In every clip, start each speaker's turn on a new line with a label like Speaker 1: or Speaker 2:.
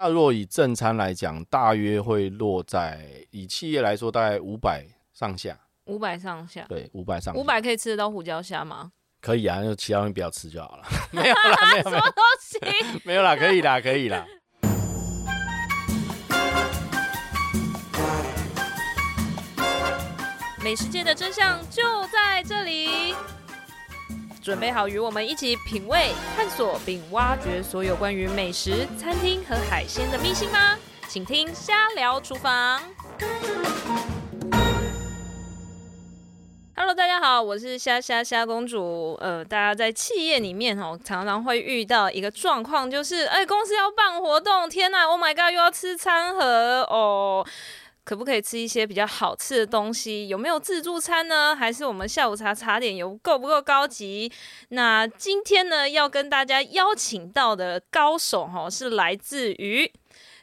Speaker 1: 那若以正餐来讲，大约会落在以企业来说，大概五百上下。
Speaker 2: 五百上下，
Speaker 1: 对，五百上下
Speaker 2: 五百可以吃得到胡椒虾吗？
Speaker 1: 可以啊，那就其他东西不要吃就好了。 没有啦，没有
Speaker 2: 什
Speaker 1: 没
Speaker 2: 么
Speaker 1: 有
Speaker 2: 东西？
Speaker 1: 没有啦，可以啦，可以啦。
Speaker 2: 美食界的真相就在这里。准备好与我们一起品味、探索并挖掘所有关于美食、餐厅和海鲜的秘辛吗？请听《瞎聊厨房》。Hello，大家好，我是虾虾虾公主。呃，大家在企业里面哦，常常会遇到一个状况，就是哎、公司要办活动，天呐 o h my god，又要吃餐盒哦。可不可以吃一些比较好吃的东西？有没有自助餐呢？还是我们下午茶茶点有够不够高级？那今天呢，要跟大家邀请到的高手哈、是来自于。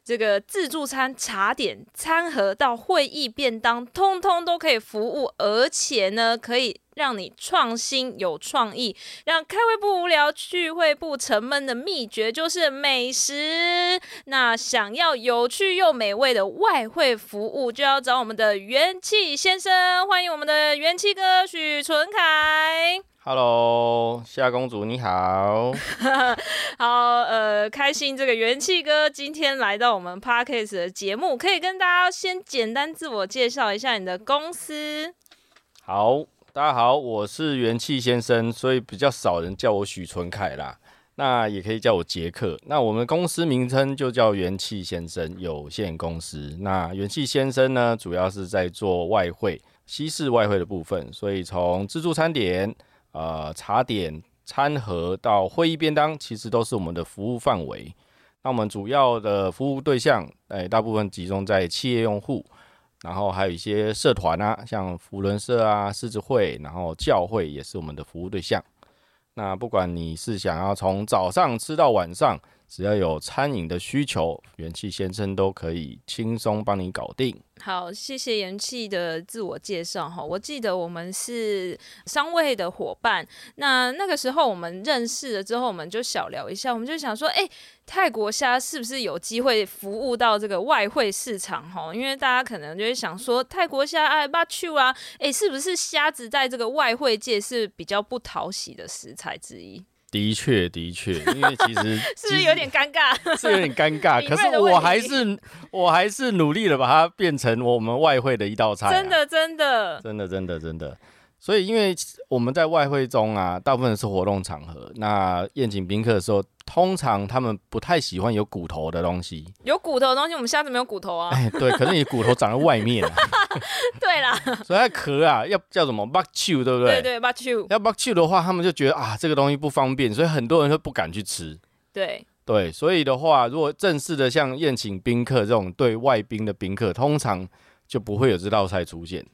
Speaker 2: 这个自助餐、茶点、餐盒到会议便当，通通都可以服务，而且呢，可以让你创新、有创意，让开会不无聊、聚会不沉闷的秘诀就是美食。那想要有趣又美味的外汇服务，就要找我们的元气先生。欢迎我们的元气哥许纯凯。
Speaker 1: Hello，夏公主你好，
Speaker 2: 好，呃，开心这个元气哥今天来到我们 Parkes 的节目，可以跟大家先简单自我介绍一下你的公司。
Speaker 1: 好，大家好，我是元气先生，所以比较少人叫我许纯凯啦。那也可以叫我杰克。那我们公司名称就叫元气先生有限公司。那元气先生呢，主要是在做外汇、西式外汇的部分，所以从自助餐点、呃茶点、餐盒到会议便当，其实都是我们的服务范围。那我们主要的服务对象，哎、大部分集中在企业用户，然后还有一些社团啊，像福伦社啊、狮子会，然后教会也是我们的服务对象。那不管你是想要从早上吃到晚上，只要有餐饮的需求，元气先生都可以轻松帮你搞定。
Speaker 2: 好，谢谢元气的自我介绍哈。我记得我们是商会的伙伴，那那个时候我们认识了之后，我们就小聊一下，我们就想说，哎、泰国虾是不是有机会服务到这个外汇市场哈？因为大家可能就会想说，泰国虾哎巴去啊，哎、是不是虾子在这个外汇界是比较不讨喜的食材之一？
Speaker 1: 的确，的确，因为其实
Speaker 2: 是不是有点尴尬？
Speaker 1: 是有点尴尬，
Speaker 2: 敏锐
Speaker 1: 可
Speaker 2: 的
Speaker 1: 是
Speaker 2: 问
Speaker 1: 我
Speaker 2: 题
Speaker 1: 还是我还是努力的把它变成我们外汇的一道菜、啊。
Speaker 2: 真的真的，
Speaker 1: 真的，真的，真的。所以，因为我们在外汇中啊，大部分是活动场合。那宴请宾客的时候，通常他们不太喜欢有骨头的东西。
Speaker 2: 有骨头的东西，我们虾子没有骨头啊。
Speaker 1: 哎，对，可是你骨头长在外面、啊，
Speaker 2: 对啦，
Speaker 1: 所以它壳啊，要叫什么 b u c k chew，对不
Speaker 2: 对
Speaker 1: 对？
Speaker 2: 对巴去，
Speaker 1: 要 b u c k chew 的话，他们就觉得啊，这个东西不方便，所以很多人都不敢去吃。
Speaker 2: 对。
Speaker 1: 对，所以的话，如果正式的像宴请宾客这种对外宾的宾客，通常就不会有这道菜出现。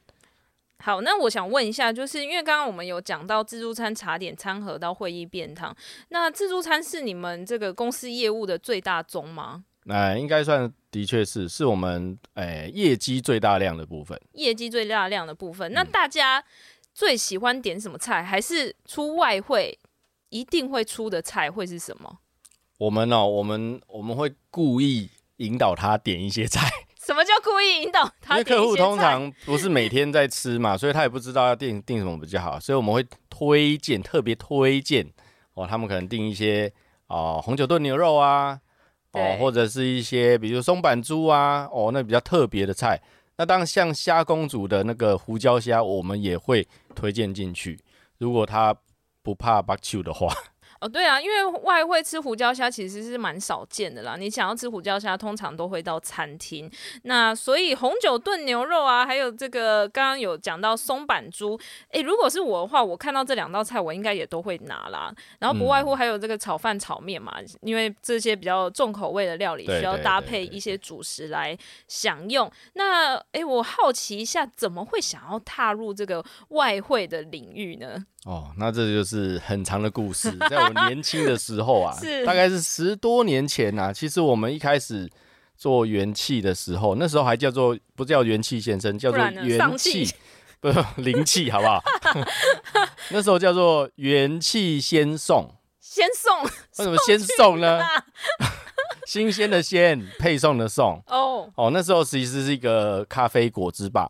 Speaker 2: 好，那我想问一下，就是因为刚刚我们有讲到自助餐、茶点、餐盒到会议便当，那自助餐是你们这个公司业务的最大宗吗？
Speaker 1: 那、应该算的确是是我们诶、业绩最大量的部分。
Speaker 2: 业绩最大量的部分，
Speaker 1: 嗯
Speaker 2: 那大家最喜欢点什么菜？还是出外汇一定会出的菜会是什么？
Speaker 1: 我们哦，我们我们会故意引导他点一些菜，
Speaker 2: 什么叫故意引导
Speaker 1: 因
Speaker 2: 他
Speaker 1: 为
Speaker 2: 点
Speaker 1: 客
Speaker 2: 一
Speaker 1: 户
Speaker 2: 些
Speaker 1: 通
Speaker 2: 菜？
Speaker 1: 常不是每天在吃嘛，所以他也不知道要订订什么比较好，所以我们会推荐，特别推荐哦，他们可能订一些哦红酒炖牛肉啊，哦
Speaker 2: 对
Speaker 1: 或者是一些比如松板猪啊，哦那比较特别的菜。那当然像虾公主的那个胡椒虾，我们也会推荐进去，如果他不怕 b a c u 的话。
Speaker 2: 哦，对啊，因为外汇吃胡椒虾其实是蛮少见的啦。你想要吃胡椒虾，通常都会到餐厅。那所以红酒炖牛肉啊，还有这个刚刚有讲到松板猪，诶，如果是我的话，我看到这两道菜，我应该也都会拿啦。然后不外
Speaker 1: 嗯
Speaker 2: 乎还有这个炒饭、炒面嘛，因为这些比较重口味的料理
Speaker 1: 对
Speaker 2: 需要
Speaker 1: 对
Speaker 2: 搭
Speaker 1: 对
Speaker 2: 配
Speaker 1: 对
Speaker 2: 一些主食来享用。那诶，我好奇一下，怎么会想要踏入这个外汇的领域呢？，
Speaker 1: 哦，那这就是很长的故事。在我年轻的时候啊
Speaker 2: 是
Speaker 1: 大概是十多年前啊。其实我们一开始做元气的时候，那时候还叫做不叫元气先生，叫
Speaker 2: 不
Speaker 1: 做
Speaker 2: 然呢
Speaker 1: 元
Speaker 2: 丧
Speaker 1: 气
Speaker 2: 气，
Speaker 1: 不 灵气，好不好？ 那时候叫做元气先送。
Speaker 2: 先送啊
Speaker 1: 为什么先送呢？ 新鲜的鲜，配送的送。
Speaker 2: 哦，
Speaker 1: 哦，那时候其实是一个咖啡果汁吧，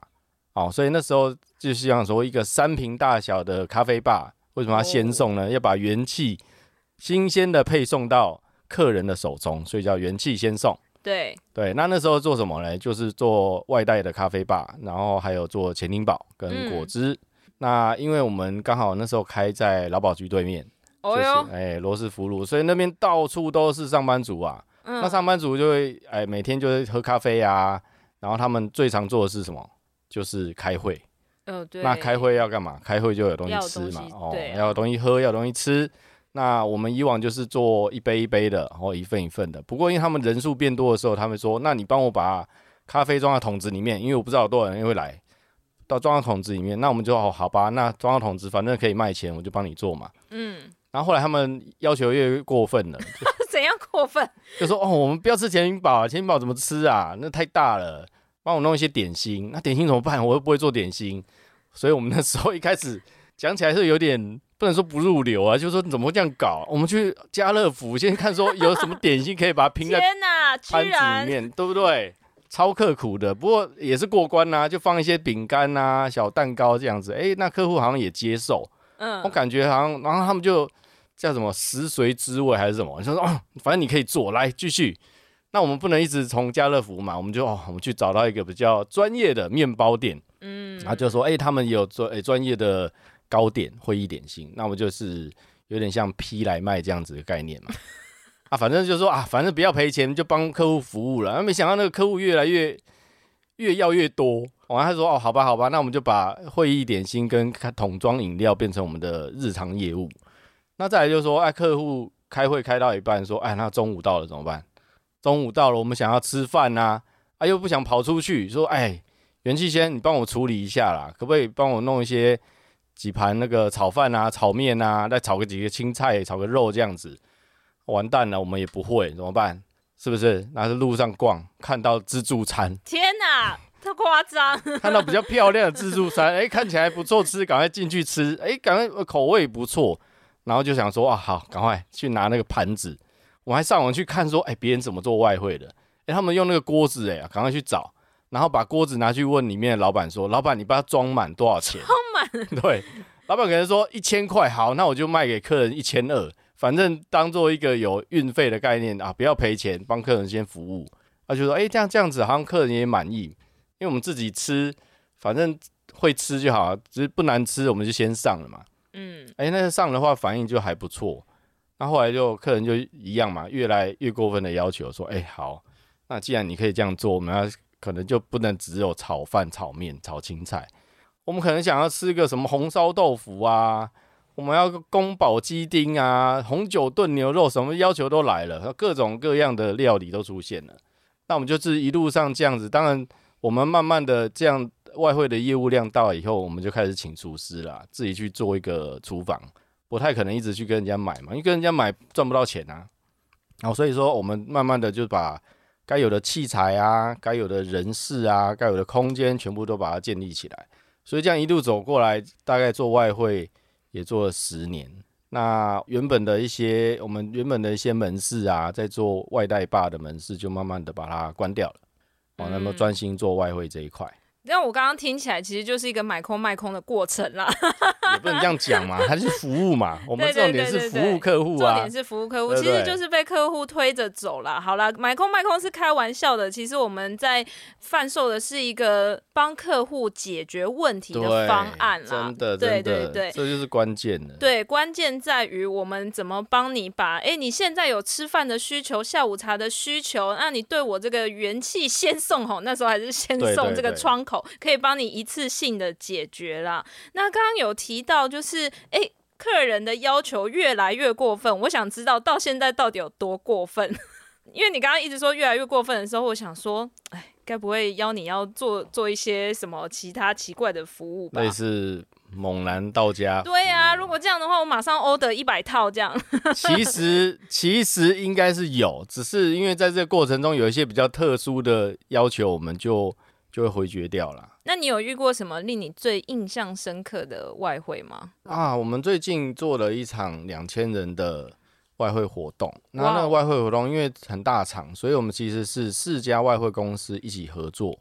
Speaker 1: 哦，所以那时候就希望说一个三瓶大小的咖啡吧，为什么要
Speaker 2: 哦
Speaker 1: 先送呢？要把元气新鲜的配送到客人的手中，所以叫元气先送。
Speaker 2: 对，
Speaker 1: 对，那那时候做什么呢？就是做外带的咖啡吧，然后还有做前丁堡跟
Speaker 2: 嗯
Speaker 1: 果汁。那因为我们刚好那时候开在劳保局对面，就
Speaker 2: 哦
Speaker 1: 是
Speaker 2: 哟，
Speaker 1: 哎罗斯福路，所以那边到处都是上班族啊。
Speaker 2: 嗯
Speaker 1: 那上班族就会哎每天就会喝咖啡啊，然后他们最常做的是什么？就是开会。
Speaker 2: 呃对，
Speaker 1: 那开会要干嘛？开会就有东西
Speaker 2: 要有
Speaker 1: 吃嘛
Speaker 2: 东，西
Speaker 1: 哦
Speaker 2: 对，啊
Speaker 1: 要有东西喝，要有东西吃。那我们以往就是做一杯一杯的，然、后一份一份的。不过因为他们人数变多的时候，他们说：“那你帮我把咖啡装到桶子里面，因为我不知道有多少人会来，到装到桶子里面。”那我们就哦，好吧，那装到桶子，反正可以卖钱，我就帮你做嘛。
Speaker 2: 嗯，
Speaker 1: 然后后来他们要求越来越过分了，
Speaker 2: 怎样过分？
Speaker 1: 就说哦，我们不要吃钱云堡，钱云堡怎么吃啊？那太大了，帮我弄一些点心。那点心怎么办？我又不会做点心，所以我们那时候一开始讲起来是有点不能说不入流啊，就是说你怎么会这样搞？我们去家乐福先看说有什么点心可以把它拼在
Speaker 2: 天哪， 居
Speaker 1: 盘子里
Speaker 2: 然
Speaker 1: 面，对不对？超刻苦的，不过也是过关啦、啊就放一些饼干呐、小蛋糕这样子。哎，那客户好像也接受，我
Speaker 2: 嗯，
Speaker 1: 感觉好像，然后他们就叫什么食髓知味还是什么，就说哦，反正你可以做，来继续。那我们不能一直从家乐福嘛，我们就哦，我们去找到一个比较专业的面包店，嗯，然后就说，哎、他们有专诶专业的糕点、会议点心，那我们就是有点像批来卖这样子的概念嘛。 啊，反正就说啊，反正不要赔钱，就帮客户服务了。啊没想到那个客户越来越越要越多。哦，他说哦，好吧，好吧，那我们就把会议点心跟桶装饮料变成我们的日常业务。那再来就是说，哎、客户开会开到一半说，哎，那中午到了怎么办？中午到了，我们想要吃饭呐、啊，又不想跑出去，说，哎，元气先，你帮我处理一下啦，可不可以帮我弄一些几盘那个炒饭啊、炒面啊，再炒个几个青菜、炒个肉这样子？完蛋了，我们也不会怎么办？是不是？那是路上逛，看到自助餐，
Speaker 2: 天哪，太夸张，
Speaker 1: 看到比较漂亮的自助餐，哎、看起来不错吃，赶快进去吃，哎、赶快呃口味不错，然后就想说啊，好，赶快去拿那个盘子，我还上网去看说，哎、别人怎么做外汇的，哎、他们用那个锅子、哎，赶快去找，然后把锅子拿去问里面的老板说，老板，你把它装满多少钱？装满，对，老板可能说一千块，好，那我就卖给客人一千二，反正当做一个有运费的概念啊，不要赔钱，帮客人先服务。他就说：“哎、这样这样子，好像客人也满意，因为我们自己吃，反正会吃就好，只是不难吃，我们就先上了嘛。
Speaker 2: 嗯，
Speaker 1: 哎、那上的话反应就还不错。那后来就客人就一样嘛，越来越过分的要求说，哎、好，那既然你可以这样做，我们要可能就不能只有炒饭、炒面、炒青菜，我们可能想要吃个什么红烧豆腐啊，我们要个宫保鸡丁啊，红酒炖牛肉，什么要求都来了，各种各样的料理都出现了。那我们就是一路上这样子，当然我们慢慢的这样外汇的业务量到了以后，我们就开始请厨师啦，自己去做一个厨房，不太可能一直去跟人家买嘛，因为跟人家买赚不到钱啊。然、后所以说我们慢慢的就把该有的器材啊、该有的人事啊、该有的空间，全部都把它建立起来。所以这样一路走过来，大概做外汇也做了十年。那原本的一些我们原本的一些门市啊，在做外带吧的门市，就慢慢的把它关掉了，哦，那么专心做外汇这一块。
Speaker 2: 但我刚刚听起来其实就是一个买空卖空的过程啦，
Speaker 1: 也不能这样讲嘛，它是服务嘛，我们
Speaker 2: 对
Speaker 1: 重
Speaker 2: 对
Speaker 1: 点
Speaker 2: 对
Speaker 1: 是
Speaker 2: 对
Speaker 1: 服
Speaker 2: 对
Speaker 1: 务客户
Speaker 2: 重
Speaker 1: 啊
Speaker 2: 点。是服务客户，
Speaker 1: 对
Speaker 2: 其
Speaker 1: 不对
Speaker 2: 实就是被客户推着走啦。好啦，买空卖空是开玩笑的，其实我们在贩售的是一个帮客户解决问题的
Speaker 1: 对，
Speaker 2: 方案啦。
Speaker 1: 真的，
Speaker 2: 对
Speaker 1: 真
Speaker 2: 对
Speaker 1: 的，
Speaker 2: 对。
Speaker 1: 这就是关键的。
Speaker 2: 对，关键在于我们怎么帮你把，哎，你现在有吃饭的需求、下午茶的需求，那你对我这个元气先送吼，那时候还是先
Speaker 1: 对
Speaker 2: 送
Speaker 1: 对
Speaker 2: 这个
Speaker 1: 对
Speaker 2: 窗口，可以帮你一次性的解决啦。那刚刚有提到就是，哎。客人的要求越来越过分，我想知道到现在到底有多过分？ 因为你刚刚一直说越来越过分的时候，我想说，哎，该不会邀你要做做一些什么其他奇怪的服务吧？
Speaker 1: 类似猛男到家。
Speaker 2: 对啊，如果这样的话，我马上 order 一百套这样。
Speaker 1: 其实其实应该是有，只是因为在这个过程中有一些比较特殊的要求，我们就就会回绝掉了。
Speaker 2: 那你有遇过什么令你最印象深刻的外汇吗？
Speaker 1: 啊，我们最近做了一场两千人的外汇活动。那
Speaker 2: 哇哦
Speaker 1: 那个外汇活动因为很大场，所以我们其实是四家外汇公司一起合作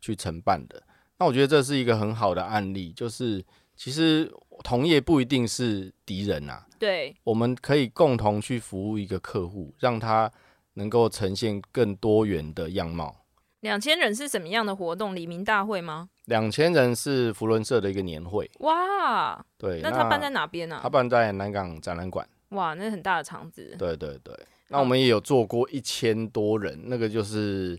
Speaker 1: 去承办的。那我觉得这是一个很好的案例，就是其实同业不一定是敌人啊，
Speaker 2: 对，
Speaker 1: 我们可以共同去服务一个客户，让他能够呈现更多元的样貌。
Speaker 2: 两千人是什么样的活动？黎明大会吗？
Speaker 1: 两千人是福伦社的一个年会，
Speaker 2: 哇，
Speaker 1: 对，
Speaker 2: 那他办在哪边
Speaker 1: 他
Speaker 2: 啊？
Speaker 1: 办在南港展览馆，
Speaker 2: 哇，那很大的场子。
Speaker 1: 对对对。那我们也有做过一千多人，那个就是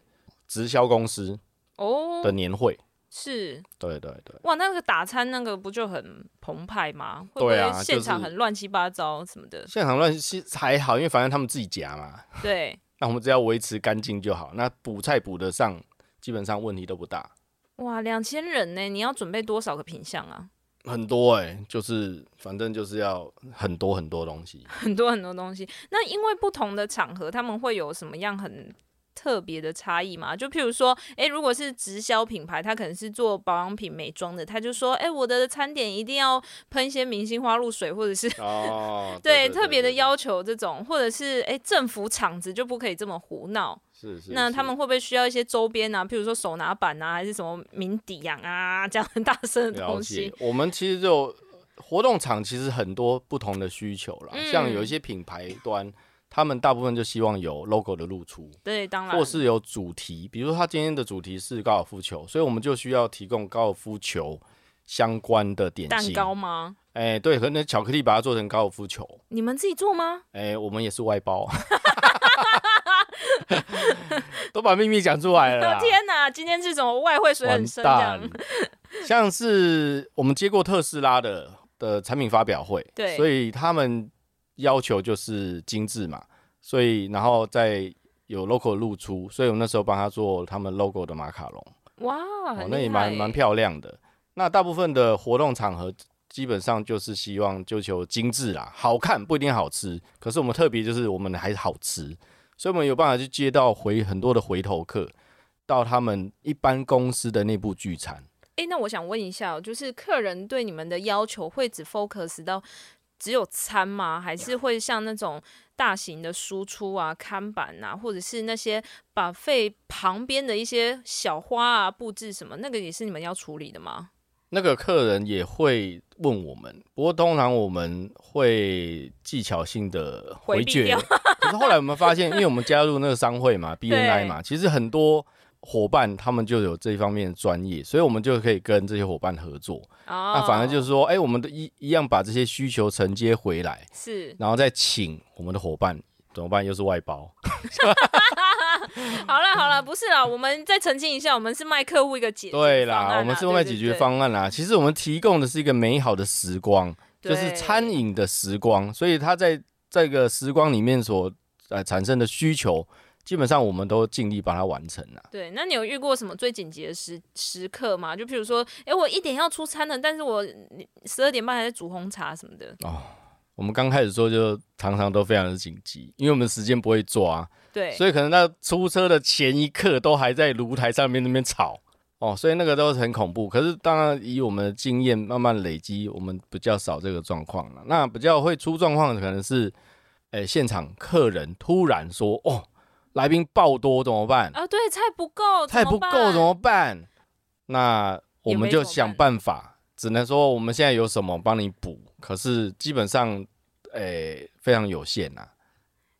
Speaker 1: 直销公司
Speaker 2: 哦
Speaker 1: 的，年会，
Speaker 2: 是
Speaker 1: 对对对。
Speaker 2: 哇，那个打餐那个不就很澎湃吗？会不
Speaker 1: 对啊
Speaker 2: 会现场
Speaker 1: 就是
Speaker 2: 很乱七八糟什么的？
Speaker 1: 现场乱是还好，因为反正他们自己夹嘛，
Speaker 2: 对，
Speaker 1: 那我们只要维持干净就好。那补菜补得上，基本上问题都不大。
Speaker 2: 哇，两千人呢，你要准备多少个品相啊？
Speaker 1: 很多哎、就是反正就是要很多很多东 西。
Speaker 2: 很多很多东西。那因为不同的场合，他们会有什么样很特别的差异吗？就譬如说，诶，如果是直销品牌，它可能是做保养品、美妆的，他就说，诶，我的餐点一定要喷一些明星花露水，或者是。
Speaker 1: 哦
Speaker 2: 对特别的要求这种，或者是诶，政府场子就不可以这么胡闹。
Speaker 1: 是是，
Speaker 2: 那他们会不会需要一些周边啊？譬如说手拿板啊，还是什么名底啊啊这样很大声的
Speaker 1: 了
Speaker 2: 东
Speaker 1: 解
Speaker 2: 西？。
Speaker 1: 我们其实就活动场其实很多不同的需求啦，
Speaker 2: 嗯
Speaker 1: 像有一些品牌端，他们大部分就希望有 logo 的露出，
Speaker 2: 对，当然
Speaker 1: 或是有主题，比如说他今天的主题是高尔夫球，所以我们就需要提供高尔夫球相关的点
Speaker 2: 蛋
Speaker 1: 心。
Speaker 2: 糕吗？
Speaker 1: 哎、对，可能巧克力把它做成高尔夫球。
Speaker 2: 你们自己做吗？
Speaker 1: 哎、我们也是外 包， 都把秘密讲出来了啦。
Speaker 2: 哦天哪，今天是什么外汇水
Speaker 1: 完
Speaker 2: 很深这样
Speaker 1: 蛋？！像是我们接过特斯拉的的产品发表会，
Speaker 2: 对
Speaker 1: 所以他们要求就是精致嘛，所以然后再有 logo 露出，所以我们那时候帮他做他们 logo 的马卡龙，
Speaker 2: 哇，
Speaker 1: 哦
Speaker 2: 很，
Speaker 1: 那也
Speaker 2: 厉害
Speaker 1: 蛮蛮漂亮的。那大部分的活动场合基本上就是希望追求精致啦，好看不一定好吃，可是我们特别就是我们还好吃，所以我们有办法去接到回很多的回头客，到他们一般公司的内部聚餐。
Speaker 2: 哎、那我想问一下哦，就是客人对你们的要求会只 focus 到只有餐吗？还是会像那种大型的输出啊、看板啊，或者是那些把费旁边的一些小花啊、布置什么，那个也是你们要处理的吗？
Speaker 1: 那个客人也会问我们，不过通常我们会技巧性的回
Speaker 2: 回避
Speaker 1: 绝
Speaker 2: 掉。
Speaker 1: 可是后来我们发现，因为我们加入那个商会 嘛，BNI 嘛，其实很多伙伴他们就有这方面的专业，所以我们就可以跟这些伙伴合作。
Speaker 2: 哦，
Speaker 1: 那反而就是说，哎、我们的一一样把这些需求承接回来，
Speaker 2: 是
Speaker 1: 然后再请我们的伙伴。怎么办？又是外包，
Speaker 2: 好了好了，不是啦，我们再澄清一下，我们是卖客户一个解决
Speaker 1: 对
Speaker 2: 方案
Speaker 1: 啦，
Speaker 2: 啊
Speaker 1: 我们是外卖解决，方案啦。其实我们提供的是一个美好的时光，
Speaker 2: 对
Speaker 1: 就
Speaker 2: 对
Speaker 1: 是
Speaker 2: 对
Speaker 1: 餐饮的时光，所以它在这个时光里面所呃产生的需求，基本上我们都尽力把它完成了。
Speaker 2: 对，那你有遇过什么最紧急的时时刻吗？就譬如说，哎、我一点要出餐了，但是我十二点半还在煮红茶什么的。
Speaker 1: 哦我们刚开始做就常常都非常的紧急，因为我们时间不会抓，
Speaker 2: 对，
Speaker 1: 所以可能到出车的前一刻都还在炉台上面那边吵哦，所以那个都是很恐怖。可是当然以我们的经验慢慢累积，我们比较少这个状况了。那比较会出状况的可能是，诶、现场客人突然说哦，来宾爆多怎么办？
Speaker 2: 啊，对，菜不够，
Speaker 1: 菜不够
Speaker 2: 办
Speaker 1: 怎么办？那我们就想办法，只能说我们现在有什么帮你补，可是基本上，诶、非常有限呐、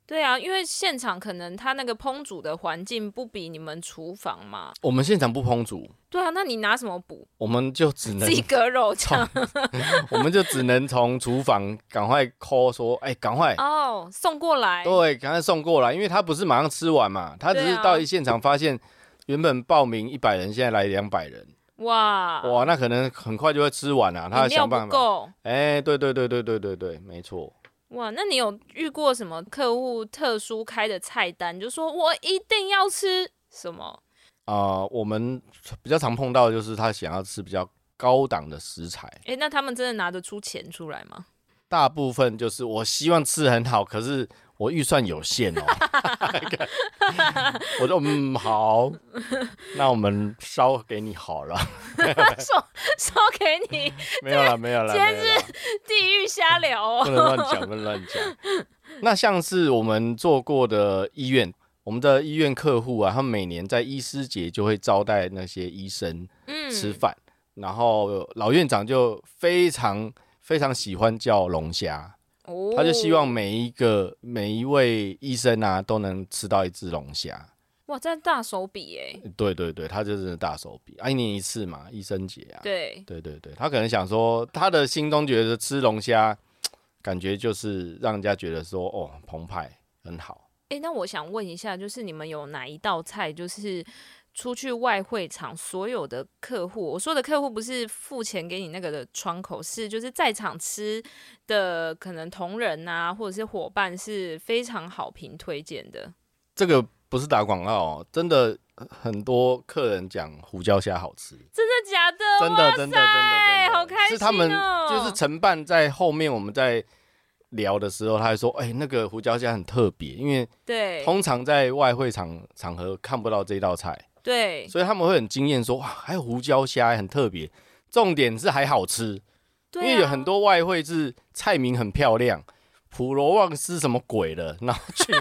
Speaker 2: 对啊，因为现场可能他那个烹煮的环境不比你们厨房嘛。
Speaker 1: 我们现场不烹煮，
Speaker 2: 对啊，那你拿什么补？
Speaker 1: 我们就只能
Speaker 2: 自己割肉
Speaker 1: 从
Speaker 2: 酱
Speaker 1: 我们就只能从厨房赶快 call 说，哎、赶快。
Speaker 2: 哦，送过来。
Speaker 1: 对，赶快送过来，因为他不是马上吃完嘛，他只
Speaker 2: 对
Speaker 1: 是
Speaker 2: 啊
Speaker 1: 到一现场发现，原本报名一百人，现在来两百人，
Speaker 2: 哇，
Speaker 1: 哇，那可能很快就会吃完了、啊，他要
Speaker 2: 啊饮料
Speaker 1: 想
Speaker 2: 不
Speaker 1: 办法。
Speaker 2: 够。
Speaker 1: 哎、对对对对对对对，没错。
Speaker 2: 哇，那你有遇过什么客户特殊开的菜单？你就说我一定要吃什么？
Speaker 1: 啊，我们比较常碰到的就是他想要吃比较高档的食材，
Speaker 2: 哎、那他们真的拿得出钱出来吗？
Speaker 1: 大部分就是我希望吃很好，可是我预算有限哦。 我说嗯 好，那我们烧给你好了，
Speaker 2: 烧给你
Speaker 1: 没有了没有了，
Speaker 2: 今天
Speaker 1: 没有啦
Speaker 2: 地狱瞎聊哦。
Speaker 1: 不能乱讲不能乱讲。那像是我们做过的医院，我们的医院客户啊，他们每年在医师节就会招待那些医生
Speaker 2: 嗯，
Speaker 1: 吃饭，然后老院长就非常非常喜欢叫龙虾，
Speaker 2: 哦
Speaker 1: 他就希望每一个每一位医生啊都能吃到一只龙虾。
Speaker 2: 哇，这大手笔哎，
Speaker 1: 对对对，他就是大手笔，啊，一年一次嘛，医生节啊。
Speaker 2: 对，
Speaker 1: 对对对，他可能想说，他的心中觉得吃龙虾，感觉就是让人家觉得说，哦，澎湃很好。
Speaker 2: 哎、那我想问一下，就是你们有哪一道菜，就是出去外汇场所有的客户，我说的客户不是付钱给你那个的窗口，是就是在场吃的可能同仁啊，或者是伙伴是非常好评推荐的。
Speaker 1: 这个不是打广告、哦，真的很多客人讲胡椒虾好吃，
Speaker 2: 真的假的？
Speaker 1: 真的真的真的真
Speaker 2: 塞
Speaker 1: 的，
Speaker 2: 好开
Speaker 1: 是他们
Speaker 2: 心哦
Speaker 1: 就是承办在后面我们在聊的时候，他还说，哎、那个胡椒虾很特别，因为
Speaker 2: 对
Speaker 1: 通常在外汇场场合看不到这道菜。
Speaker 2: 对，
Speaker 1: 所以他们会很惊艳，说哇，还有胡椒虾，很特别。重点是还好吃，
Speaker 2: 对
Speaker 1: 因为有
Speaker 2: 啊
Speaker 1: 很多外汇是菜名很漂亮，普罗旺斯什么鬼的，然 后去一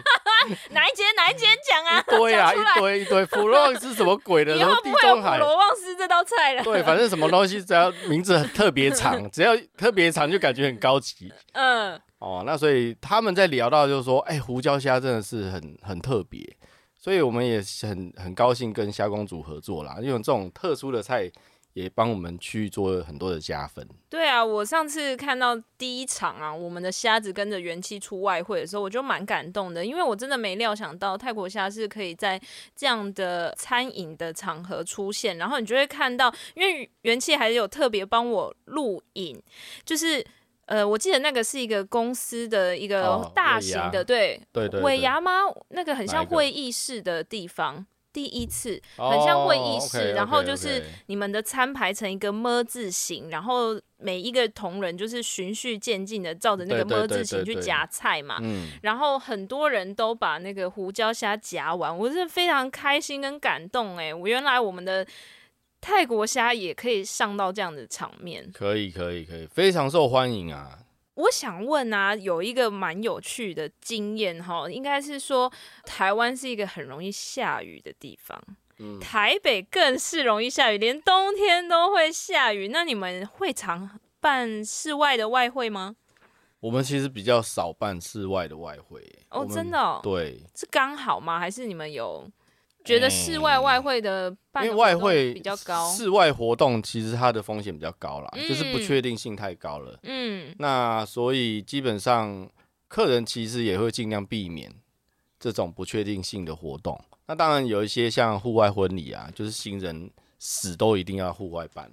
Speaker 2: 哪一节哪一节讲啊？
Speaker 1: 堆啊，
Speaker 2: 讲出来
Speaker 1: 一堆一堆，普罗旺斯什么鬼 的，
Speaker 2: 以
Speaker 1: 什么
Speaker 2: 后
Speaker 1: 地
Speaker 2: 不会有
Speaker 1: 中
Speaker 2: 普
Speaker 1: 海，
Speaker 2: 罗旺斯这道菜了。
Speaker 1: 对，反正什么东西只要名字很特别长，只要特别长就感觉很高级
Speaker 2: 嗯，
Speaker 1: 哦。那所以他们在聊到就是说，哎、胡椒虾真的是很很特别。所以我们也很很高兴跟虾公主合作啦，因为这种特殊的菜也帮我们去做很多的加分。
Speaker 2: 对啊，我上次看到第一场啊，我们的虾子跟着元气出外汇的时候，我就蛮感动的，因为我真的没料想到泰国虾是可以在这样的餐饮的场合出现，然后你就会看到，因为元气还有特别帮我录影，就是。呃，我记得那个是一个公司的一个
Speaker 1: 哦
Speaker 2: 大
Speaker 1: 尾
Speaker 2: 型
Speaker 1: 牙
Speaker 2: 的，对，
Speaker 1: 对对对
Speaker 2: 尾牙吗？那个很
Speaker 1: 哪
Speaker 2: 像
Speaker 1: 一个
Speaker 2: 会议室的地方，第一次，
Speaker 1: 哦
Speaker 2: 很像会议室
Speaker 1: OK，OK，OK
Speaker 2: 然后就是你们的餐排成一个么字形，然后每一个同仁就是循序渐进的照着那个
Speaker 1: 对对
Speaker 2: 么
Speaker 1: 对
Speaker 2: 字形
Speaker 1: 对
Speaker 2: 去
Speaker 1: 对
Speaker 2: 夹菜嘛。
Speaker 1: 嗯，
Speaker 2: 然后很多人都把那个胡椒虾夹完，我是非常开心跟感动哎、我原来我们的泰国虾也可以上到这样的场面。
Speaker 1: 可以可以可以，非常受欢迎啊。
Speaker 2: 我想问啊，有一个蛮有趣的经验哈，应该是说台湾是一个很容易下雨的地方，
Speaker 1: 嗯
Speaker 2: 台北更是容易下雨，连冬天都会下雨。那你们会常办室外的外汇吗？
Speaker 1: 我们其实比较少办室外的外汇
Speaker 2: 哦，
Speaker 1: 我们
Speaker 2: 真的、哦，
Speaker 1: 对，
Speaker 2: 是刚好吗？还是你们有觉得室外外汇的
Speaker 1: 因
Speaker 2: 办
Speaker 1: 为
Speaker 2: 的
Speaker 1: 外
Speaker 2: 活动
Speaker 1: 汇
Speaker 2: 比较高？
Speaker 1: 室外活动其实它的风险比较高啦，
Speaker 2: 嗯
Speaker 1: 就是不确定性太高了。
Speaker 2: 嗯，
Speaker 1: 那所以基本上客人其实也会尽量避免这种不确定性的活动。那当然有一些像户外婚礼啊，就是新人死都一定要户外 办。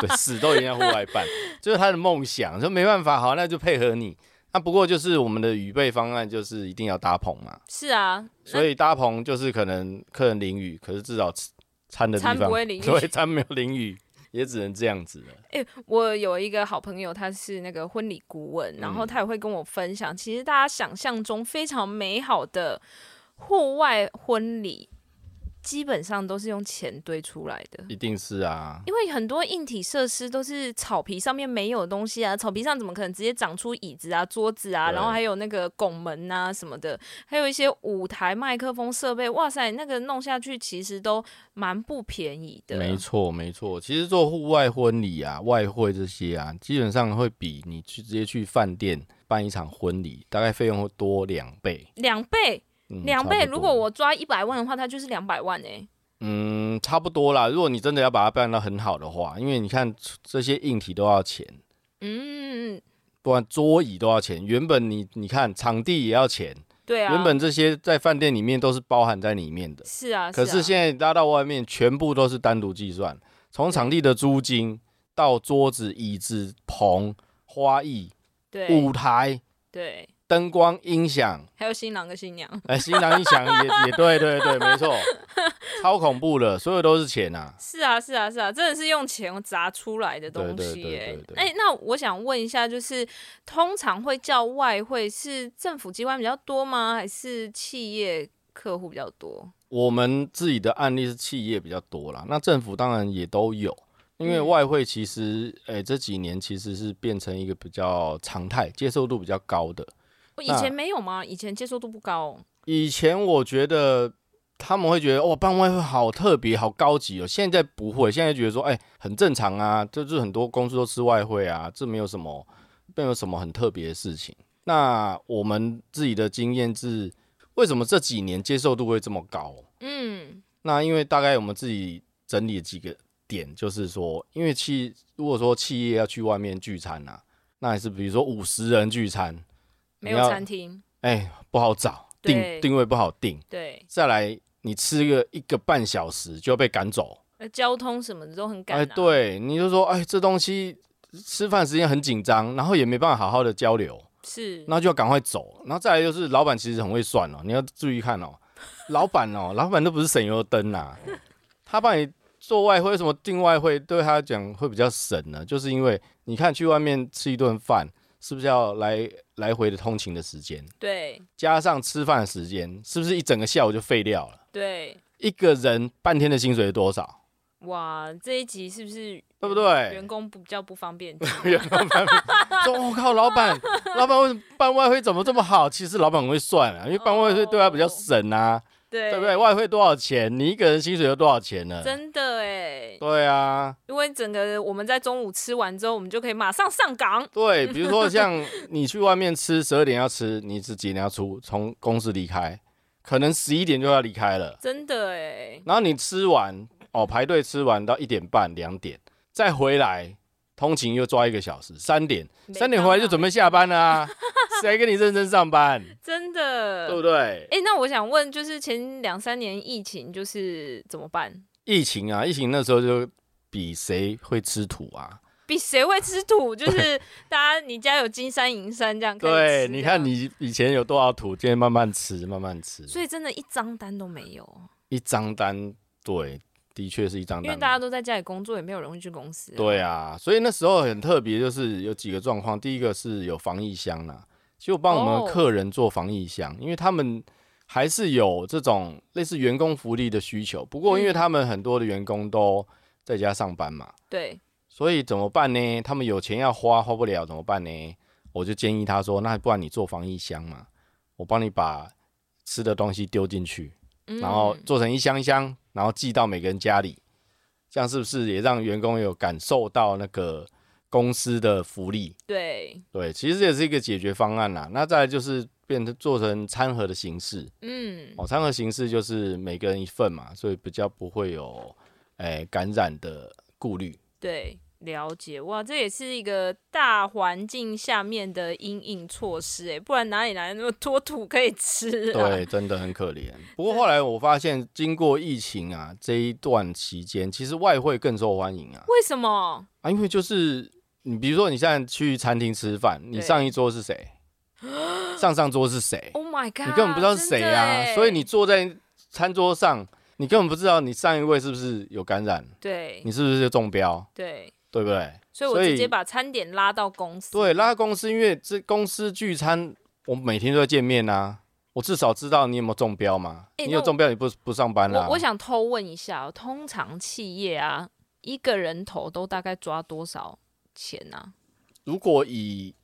Speaker 1: 对，死都一定要户外办，这是他的梦想，说没办法，好，那就配合你。那不过就是我们的预备方案，就是一定要搭棚嘛，
Speaker 2: 是啊，
Speaker 1: 所以搭棚就是可能客人淋雨，可是至少吃餐的地
Speaker 2: 餐
Speaker 1: 方
Speaker 2: 不会淋雨
Speaker 1: 对，餐没有淋雨，也只能这样子了。
Speaker 2: 诶，我有一个好朋友，他是那个婚礼顾问，然
Speaker 1: 嗯
Speaker 2: 后他也会跟我分享，其实大家想象中非常美好的户外婚礼，基本上都是用钱堆出来的。
Speaker 1: 一定是啊，
Speaker 2: 因为很多硬体设施都是草皮上面没有的东西啊，草皮上怎么可能直接长出椅子啊、桌子啊，
Speaker 1: 对
Speaker 2: 然后还有那个拱门啊什么的，还有一些舞台、麦克风设备，哇塞，那个弄下去其实都蛮不便宜的。
Speaker 1: 没错，没错。其实做户外婚礼啊、外汇这些啊，基本上会比你去直接去饭店办一场婚礼，大概费用会多两倍。
Speaker 2: 两倍，
Speaker 1: 嗯
Speaker 2: 两
Speaker 1: 差
Speaker 2: 倍，
Speaker 1: 不多
Speaker 2: 如果我抓一百万的话，它就是两百万哎、
Speaker 1: 嗯差不多啦，如果你真的要把它办到很好的话，因为你看这些硬体都要钱，
Speaker 2: 嗯，
Speaker 1: 不然桌椅都要钱。原本你你看场地也要钱，
Speaker 2: 对啊，
Speaker 1: 原本这些在饭店里面都是包含在里面的，
Speaker 2: 是啊，
Speaker 1: 可
Speaker 2: 是
Speaker 1: 是
Speaker 2: 啊
Speaker 1: 现在拉到外面，全部都是单独计算，从场地的租金到桌子、椅子、棚、花艺。
Speaker 2: 对
Speaker 1: 舞台、
Speaker 2: 对，
Speaker 1: 灯光、音响，
Speaker 2: 还有新郎跟新娘
Speaker 1: 哎，新郎音响也 也对对对，没错，超恐怖的，所有都是钱啊。
Speaker 2: 是啊是啊是啊，真的是用钱砸出来的东西
Speaker 1: 对对
Speaker 2: 耶、
Speaker 1: 对对对
Speaker 2: 哎、那我想问一下，就是通常会叫外汇是政府机关比较多吗？还是企业客户比较多？
Speaker 1: 我们自己的案例是企业比较多啦，那政府当然也都有，因
Speaker 2: 嗯
Speaker 1: 为外汇其实，哎，这几年其实是变成一个比较常态、接受度比较高的。
Speaker 2: 我以前没有吗？以前接受度不高、哦。
Speaker 1: 以前我觉得他们会觉得哇，哦办外汇好特别、好高级哦。现在不会，现在觉得说，哎、很正常啊，就是很多公司都吃外汇啊，这没有什么，没有什么很特别的事情。那我们自己的经验是，为什么这几年接受度会这么高？哦
Speaker 2: 嗯，
Speaker 1: 那因为大概我们自己整理了几个点，就是说，因为企如果说企业要去外面聚餐啊，那也是比如说五十人聚餐，你
Speaker 2: 没有
Speaker 1: 要
Speaker 2: 餐厅，
Speaker 1: 哎、不好找，
Speaker 2: 对
Speaker 1: 定定位不好定。
Speaker 2: 对，
Speaker 1: 再来，你吃个一个半小时就要被赶走，
Speaker 2: 呃交通什么的都很赶、啊。
Speaker 1: 哎，，对，你就说，哎，这东西吃饭时间很紧张，然后也没办法好好的交流，
Speaker 2: 是，
Speaker 1: 那就要赶快走。然后再来就是，老板其实很会算哦，你要注意 看哦，老板哦，老板都不是省油的灯呐、他帮你做外汇，为什么订外汇对他讲会比较省呢？就是因为你看去外面吃一顿饭，是不是要来来回的通勤的时间，
Speaker 2: 对
Speaker 1: 加上吃饭的时间，是不是一整个下午就废掉了？
Speaker 2: 对，
Speaker 1: 一个人半天的薪水是多少？
Speaker 2: 哇，这一集是不是
Speaker 1: 对不
Speaker 2: 员
Speaker 1: 对？
Speaker 2: 工比较不 方便？
Speaker 1: 说我、靠，老板，老板为什么办外汇怎么这么好？其实老板很会算啊，因为办外汇对他比较省
Speaker 2: 哦
Speaker 1: 啊，
Speaker 2: 对
Speaker 1: 对不对？？外汇多少钱？你一个人薪水有多少钱呢？
Speaker 2: 真的哎，
Speaker 1: 对啊，
Speaker 2: 因为整个我们在中午吃完之后，我们就可以马上上岗。
Speaker 1: 对，比如说像你去外面吃，十二点要吃，你是几点要出？从公司离开，可能十一点就要离开了。
Speaker 2: 真的哎，
Speaker 1: 然后你吃完哦，排队吃完到一点半、两点，再回来通勤又抓一个小时，三点，
Speaker 2: 没
Speaker 1: 三点回来就
Speaker 2: 办法
Speaker 1: 准备下班啦、 谁跟你认真上班？
Speaker 2: 真的
Speaker 1: 对不对？
Speaker 2: 哎、那我想问，就是前两三年疫情，就是怎么办？
Speaker 1: 疫情啊，疫情那时候就比谁会吃土啊？
Speaker 2: 比谁会吃 土？就是大家，你家有金山银山这样，可以
Speaker 1: 对，
Speaker 2: 吃啊
Speaker 1: 你
Speaker 2: 这
Speaker 1: 看
Speaker 2: 样，
Speaker 1: 你以前有多少土，今天慢慢吃，慢慢吃，
Speaker 2: 所以真的一张单都没有，
Speaker 1: 一张单，对，的确是一张
Speaker 2: 因为
Speaker 1: 单。
Speaker 2: 大家都在家里工作，也没有人去公司。，
Speaker 1: 对啊，所以那时候很特别，就是有几个状况。第一个是有防疫箱啦，其实我帮我们
Speaker 2: 哦
Speaker 1: 的客人做防疫箱，因为他们还是有这种类似员工福利的需求。不过因为
Speaker 2: 嗯
Speaker 1: 他们很多的员工都在家上班嘛，
Speaker 2: 对，
Speaker 1: 所以怎么办呢？他们有钱要花，花不了怎么办呢？我就建议他说，那不然你做防疫箱嘛，我帮你把吃的东西丢进去，
Speaker 2: 嗯
Speaker 1: 然后做成一箱一箱，然后寄到每个人家里，这样是不是也让员工有感受到那个公司的福利？
Speaker 2: 对，
Speaker 1: 对，其实也是一个解决方案啦。那再来就是变成做成餐盒的形式
Speaker 2: 嗯，
Speaker 1: 哦，餐盒形式就是每个人一份嘛，所以比较不会有诶、感染的顾虑。
Speaker 2: 对，了解。哇，这也是一个大环境下面的阴影措施，哎，不然哪里来那么多土可以 吃、啊？
Speaker 1: 对，真的很可怜。不过后来我发现，经过疫情啊这一段期间，其实外汇更受欢迎啊
Speaker 2: 为什么？
Speaker 1: 啊，因为就是你比如说你现在去餐厅吃饭，你
Speaker 2: 对
Speaker 1: 上一桌是谁，上上桌是谁，
Speaker 2: Oh my god！
Speaker 1: 你根本不知道是谁
Speaker 2: 真的欸
Speaker 1: 啊，
Speaker 2: 耶
Speaker 1: 所以你坐在餐桌上，你根本不知道你上一位是不是有感染，
Speaker 2: 对
Speaker 1: 你是不是就中标，
Speaker 2: 对，
Speaker 1: 对不对？
Speaker 2: 所以我
Speaker 1: 所以
Speaker 2: 直接把餐点拉到公司。
Speaker 1: 对，拉公司，因为这公司聚餐，我们每天都在见面啊。我至少知道你有没有中标嘛？
Speaker 2: 欸
Speaker 1: 你
Speaker 2: 那
Speaker 1: 有
Speaker 2: 我
Speaker 1: 中标，你不不上班啦、
Speaker 2: 我我想偷问一下哦、通常企业啊，一个人头都大概抓多少钱呢、啊？
Speaker 1: 如果以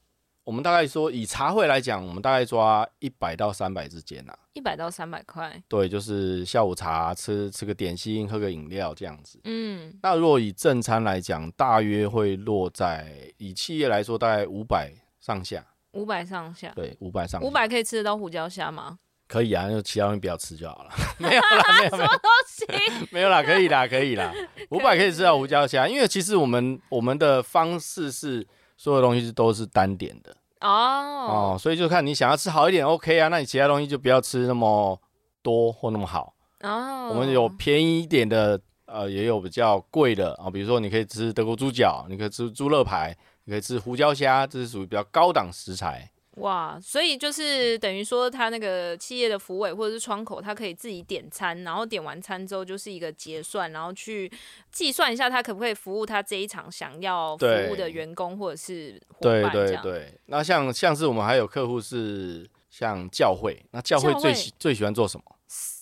Speaker 1: 我们大概说以茶会来讲，我们大概抓一百到三百之间啊。
Speaker 2: 一百到三百块。
Speaker 1: 对，就是下午茶吃吃个点心，喝个饮料这样子。
Speaker 2: 嗯，
Speaker 1: 那如果以正餐来讲，大约会落在以企业来说，大概五百上下。
Speaker 2: 五百上下。
Speaker 1: 对，五百上下
Speaker 2: 五百可以吃得到胡椒虾吗？
Speaker 1: 可以啊，那就其他东西不要吃就好了。没有 啦，没有没有
Speaker 2: 不 行，
Speaker 1: 没有啦，可以啦，可以啦。 五百可以吃到胡椒虾，因为其实我们我们的方式是所有东西都是单点的。
Speaker 2: 哦
Speaker 1: 哦，所以就看你想要吃好一点，OK 啊，那你其他东西就不要吃那么多或那么好。
Speaker 2: 哦，
Speaker 1: 我们有便宜一点的，呃，也有比较贵的啊、比如说你可以吃德国猪脚，你可以吃猪肋排，你可以吃胡椒虾，这是属于比较高档食材。
Speaker 2: 哇，所以就是等于说，他那个企业的服委或者是窗口，他可以自己点餐，然后点完餐之后就是一个结算，然后去计算一下他可不可以服务他这一场想要服务
Speaker 1: 对
Speaker 2: 的员工或者是伙
Speaker 1: 对
Speaker 2: 伴这
Speaker 1: 对
Speaker 2: 样。
Speaker 1: 对，那像像是我们还有客户是像教会，那教会
Speaker 2: 教
Speaker 1: 最
Speaker 2: 会
Speaker 1: 喜最喜欢做什么？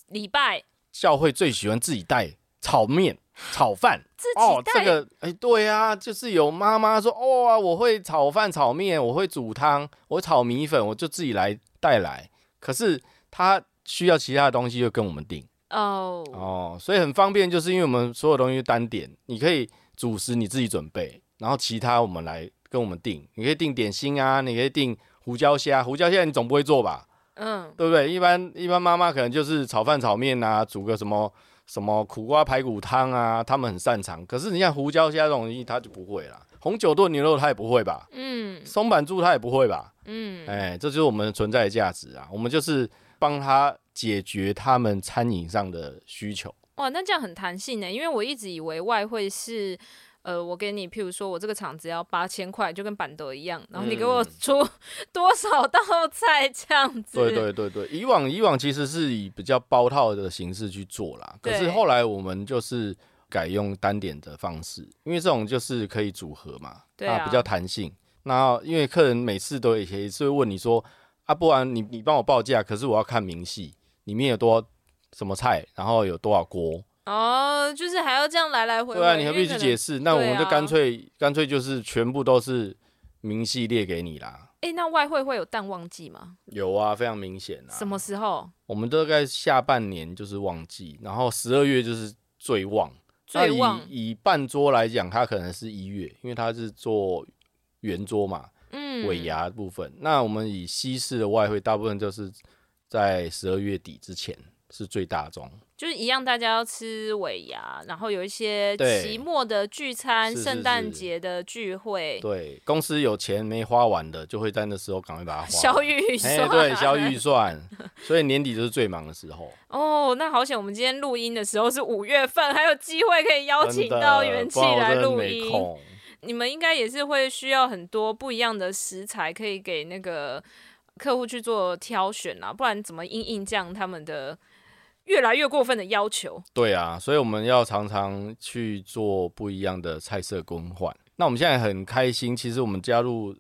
Speaker 2: 礼拜
Speaker 1: 教会最喜欢自己带炒面，炒饭
Speaker 2: 自己
Speaker 1: 哦，这
Speaker 2: 带
Speaker 1: 个哎、对啊，就是有妈妈说哦啊，我会炒饭、炒面，我会煮汤，我炒米粉，我就自己来带来。可是他需要其他的东西就跟我们订
Speaker 2: 哦
Speaker 1: 哦，所以很方便，就是因为我们所有东西都单点，你可以主食你自己准备，然后其他我们来跟我们订，你可以订点心啊，你可以订胡椒虾，胡椒虾你总不会做吧？
Speaker 2: 嗯，
Speaker 1: 对不对？一般一般妈妈可能就是炒饭、炒面啊，煮个什么什么苦瓜排骨汤啊，他们很擅长。可是你像胡椒虾这种东西，他就不会啦。红酒炖牛肉他也不会吧？
Speaker 2: 嗯
Speaker 1: 松板猪他也不会吧？
Speaker 2: 嗯
Speaker 1: 哎、这就是我们存在的价值啊！我们就是帮他解决他们餐饮上的需求。
Speaker 2: 哇，那这样很弹性呢，欸因为我一直以为外汇是。呃，我给你，譬如说我这个厂子要八千块，就跟板德一样，然后你给我
Speaker 1: 嗯
Speaker 2: 出 多少道菜这样子？
Speaker 1: 对对对对，以往以往其实是以比较包套的形式去做啦，可是
Speaker 2: 对
Speaker 1: 后来我们就是改用单点的方式，因为这种就是可以组合嘛，
Speaker 2: 对啊
Speaker 1: 那比较弹性。那因为客人每次都也也是会问你说，啊，不然你你帮我报价，可是我要看明细，里面有多什么菜，然后有多少锅，
Speaker 2: 哦，就是还要这样来来回回。
Speaker 1: 对啊，你何必
Speaker 2: 因为
Speaker 1: 去
Speaker 2: 可能
Speaker 1: 解释？那我们就
Speaker 2: 对啊
Speaker 1: 干脆干脆就是全部都是明细列给你啦。
Speaker 2: 哎、那外汇会有淡旺季吗？
Speaker 1: 有啊，非常明显啊。
Speaker 2: 什么时候
Speaker 1: 我们大概下半年就是旺季，然后十二月就是最旺。那
Speaker 2: 最旺？
Speaker 1: 以以半桌来讲，它可能是一月，因为它是做圆桌嘛，
Speaker 2: 嗯，
Speaker 1: 尾牙部分。那我们以西式的外汇，大部分就是在十二月底之前是最大宗。
Speaker 2: 就是一样，大家要吃尾牙，然后有一些
Speaker 1: 对
Speaker 2: 期末的聚餐、
Speaker 1: 是是
Speaker 2: 圣诞节的聚会，
Speaker 1: 对，公司有钱没花完的，就会在那时候赶快把它花完。
Speaker 2: 小预
Speaker 1: 哎、
Speaker 2: 算。啊
Speaker 1: 对，小预算，所以年底就是最忙的时候。
Speaker 2: 哦，那好险，我们今天录音的时候是五月份，还有机会可以 邀请到元气
Speaker 1: 真的
Speaker 2: 来
Speaker 1: 不然我真的
Speaker 2: 录
Speaker 1: 没
Speaker 2: 音。
Speaker 1: 空。
Speaker 2: 你们应该也是会需要很多不一样的食材，可以给那个客户去做挑选啊，不然怎么应应这样他们的越来越过分的要求？
Speaker 1: 对啊，所以我们要常常去做不一样的菜色更换。那我们现在很开心，其实我们加入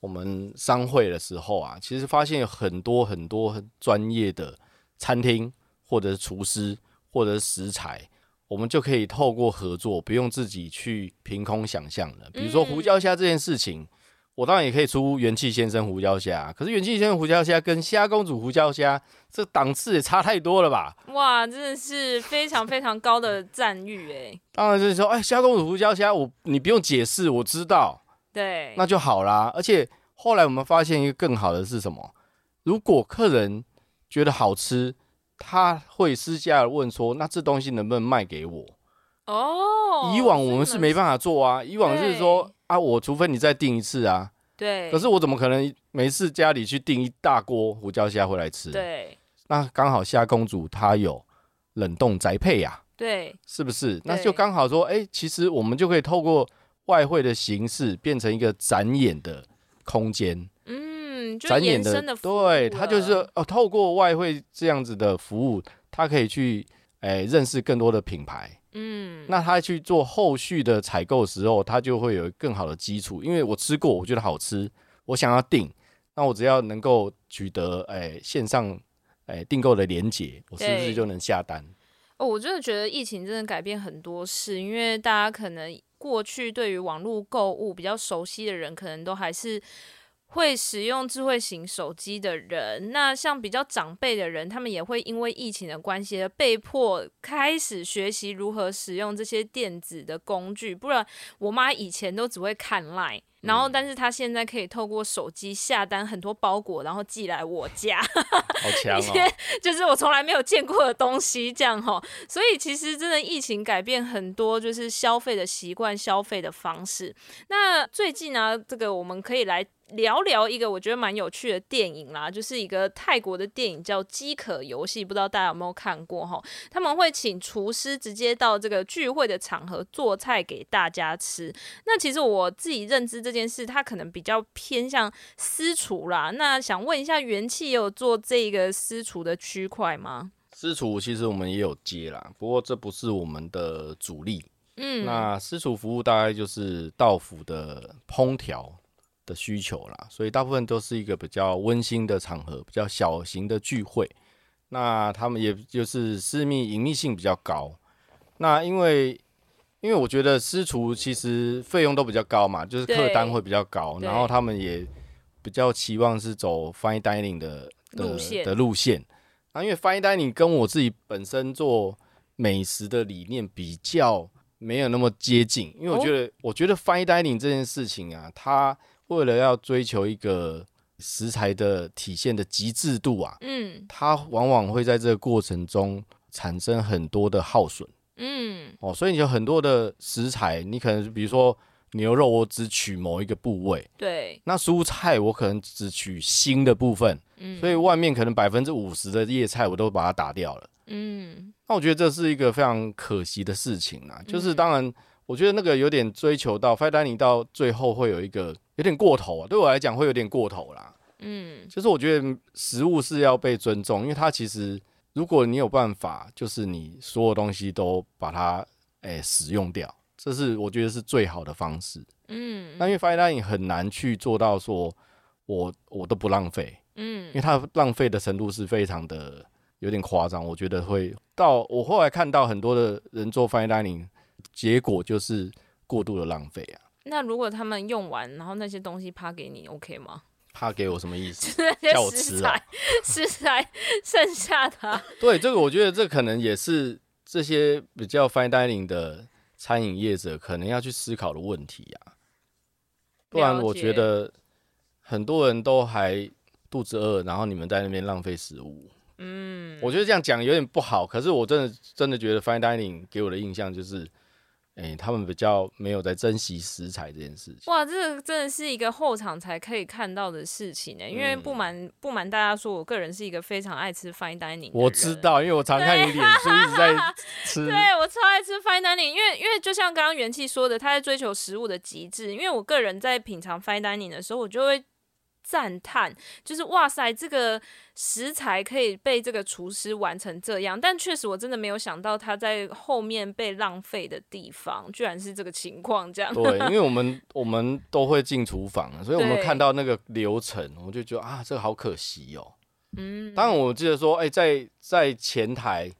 Speaker 1: 我们商会的时候啊，其实发现有很多很多很专业的餐厅，或者是厨师，或者是食材，我们就可以透过合作，不用自己去凭空想象了。比如说
Speaker 2: 嗯
Speaker 1: 胡椒虾这件事情，我当然也可以出元气先生胡椒虾，可是元气先生胡椒虾跟虾公主胡椒虾，这档次也差太多了吧？
Speaker 2: 哇，真的是非常非常高的赞誉哎。
Speaker 1: 当然就是说，哎，虾公主胡椒虾，我你不用解释，我知道，
Speaker 2: 对，
Speaker 1: 那就好啦。而且后来我们发现一个更好的是什么？如果客人觉得好吃，他会私下地问说，那这东西能不能卖给我？
Speaker 2: 哦，
Speaker 1: 以往我们是没办法做啊，以往是说
Speaker 2: 对
Speaker 1: 啊，我除非你再订一次啊，
Speaker 2: 对，
Speaker 1: 可是我怎么可能每次家里去订一大锅胡椒虾回来吃？，
Speaker 2: 对
Speaker 1: 那刚好虾公主她有冷冻宅配啊呀、
Speaker 2: 对
Speaker 1: 是不是？那就
Speaker 2: 对
Speaker 1: 刚好说，哎、其实我们就可以透过外汇的形式，变成一个展演的空间，
Speaker 2: 嗯，就
Speaker 1: 展演
Speaker 2: 延伸的服务
Speaker 1: 对，它就是
Speaker 2: 了
Speaker 1: 哦，透过外汇这样子的服务，它可以去哎、认识更多的品牌。
Speaker 2: 嗯，
Speaker 1: 那他去做后续的采购时候，他就会有更好的基础，因为我吃过，我觉得好吃，我想要订，那我只要能够取得哎、线上哎订购的连结，我是不
Speaker 2: 对
Speaker 1: 是就能下单？
Speaker 2: 哦，我真的觉得疫情真的改变很多事，因为大家可能过去对于网络购物比较熟悉的人，可能都还是会使用智慧型手机的人。那像比较长辈的人，他们也会因为疫情的关系而被迫开始学习如何使用这些电子的工具。不然，我妈以前都只会看 Line。然后，但是她现在可以透过手机下单很多包裹，然后寄来我家。
Speaker 1: 好 强哦！
Speaker 2: 就是我从来没有见过的东西，这样哈。所以其实真的疫情改变很多，就是消费的习惯、消费的方式。那最近呢、这个我们可以来聊聊一个我觉得蛮有趣的电影啦，就是一个泰国的电影叫《饥渴游戏》，不知道大家有没有看过哈？他们会请厨师直接到这个聚会的场合做菜给大家吃。那其实我自己认知这件事，它可能比较偏向私厨啦。那想问一下，元气也有做这个私厨的区块吗？
Speaker 1: 私厨其实我们也有接啦，不过这不是我们的主力。
Speaker 2: 嗯，
Speaker 1: 那私厨服务大概就是到府的烹调的需求啦，所以大部分都是一个比较温馨的场合，比较小型的聚会。那他们也就是私密隐秘性比较高。那因为因为我觉得私厨其实费用都比较高嘛，就是客单会比较高，
Speaker 2: 对
Speaker 1: 然后他们也比较期望是走 fine dining 的的
Speaker 2: 路线
Speaker 1: 的路线。啊，因为 fine dining 跟我自己本身做美食的理念比较没有那么接近，因为我
Speaker 2: 哦
Speaker 1: 觉得、我觉得 fine dining 这件事情啊，它为了要追求一个食材的体现的极致度啊，
Speaker 2: 嗯
Speaker 1: 它往往会在这个过程中产生很多的耗损。
Speaker 2: 嗯，
Speaker 1: 哦，所以你有很多的食材，你可能比如说牛肉，我只取某一个部位，
Speaker 2: 对，
Speaker 1: 那蔬菜我可能只取新的部分，
Speaker 2: 嗯
Speaker 1: 所以外面可能百分之五十的叶菜我都把它打掉了。
Speaker 2: 嗯
Speaker 1: 那我觉得这是一个非常可惜的事情啊，就是
Speaker 2: 嗯
Speaker 1: 当然，我觉得那个有点追求到 fine dining 到最后会有一个有点过头啊，对我来讲会有点过头啦。
Speaker 2: 嗯
Speaker 1: 就是我觉得食物是要被尊重，因为它其实如果你有办法，就是你所有东西都把它诶、使用掉，这是我觉得是最好的方式。那
Speaker 2: 嗯
Speaker 1: 因为 fine dining 很难去做到说我我都不浪费，因为
Speaker 2: 嗯，
Speaker 1: 它浪费的程度是非常的有点夸张，我觉得会到我后来看到很多的人做 fine dining，结果就是过度的浪费啊。
Speaker 2: 那如果他们用完，然后那些东西趴给你，OK 吗？
Speaker 1: 他给我什么意思？
Speaker 2: 那
Speaker 1: 叫我
Speaker 2: 些
Speaker 1: 吃
Speaker 2: 食
Speaker 1: 啊
Speaker 2: 材食材剩下的啊、
Speaker 1: 对，这个我觉得这可能也是这些比较 fine dining 的餐饮业者可能要去思考的问题呀、不然
Speaker 2: 了
Speaker 1: 我觉
Speaker 2: 解
Speaker 1: 得很多人都还肚子饿，然后你们在那边浪费食物。嗯，我觉得这样讲有点不好，可是我真的真的觉得 fine dining 给我的印象就是，哎、他们比较没有在珍惜食材这件事情。
Speaker 2: 哇，这个真的是一个后场才可以看到的事情欸呢、因为
Speaker 1: 嗯
Speaker 2: 不瞒不瞒大家说，我个人是一个非常爱吃 fine dining，的
Speaker 1: 我知
Speaker 2: 人。
Speaker 1: 道，因为我常看你脸书一直在吃。
Speaker 2: 对我超爱吃 fine dining，因为因为就像刚刚元气说的，他在追求食物的极致。因为我个人在品尝 fine dining 的时候，我就会赞叹，就是哇塞，这个食材可以被这个厨师完成这样。但确实，我真的没有想到他在后面被浪费的地方，居然是这个情况这样。
Speaker 1: 对，因为我们我们都会进厨房啊，所以我们
Speaker 2: 对
Speaker 1: 看到那个流程，我就觉得啊，这个好可惜哦。
Speaker 2: 嗯，
Speaker 1: 当然，我记得说，哎、在在前台，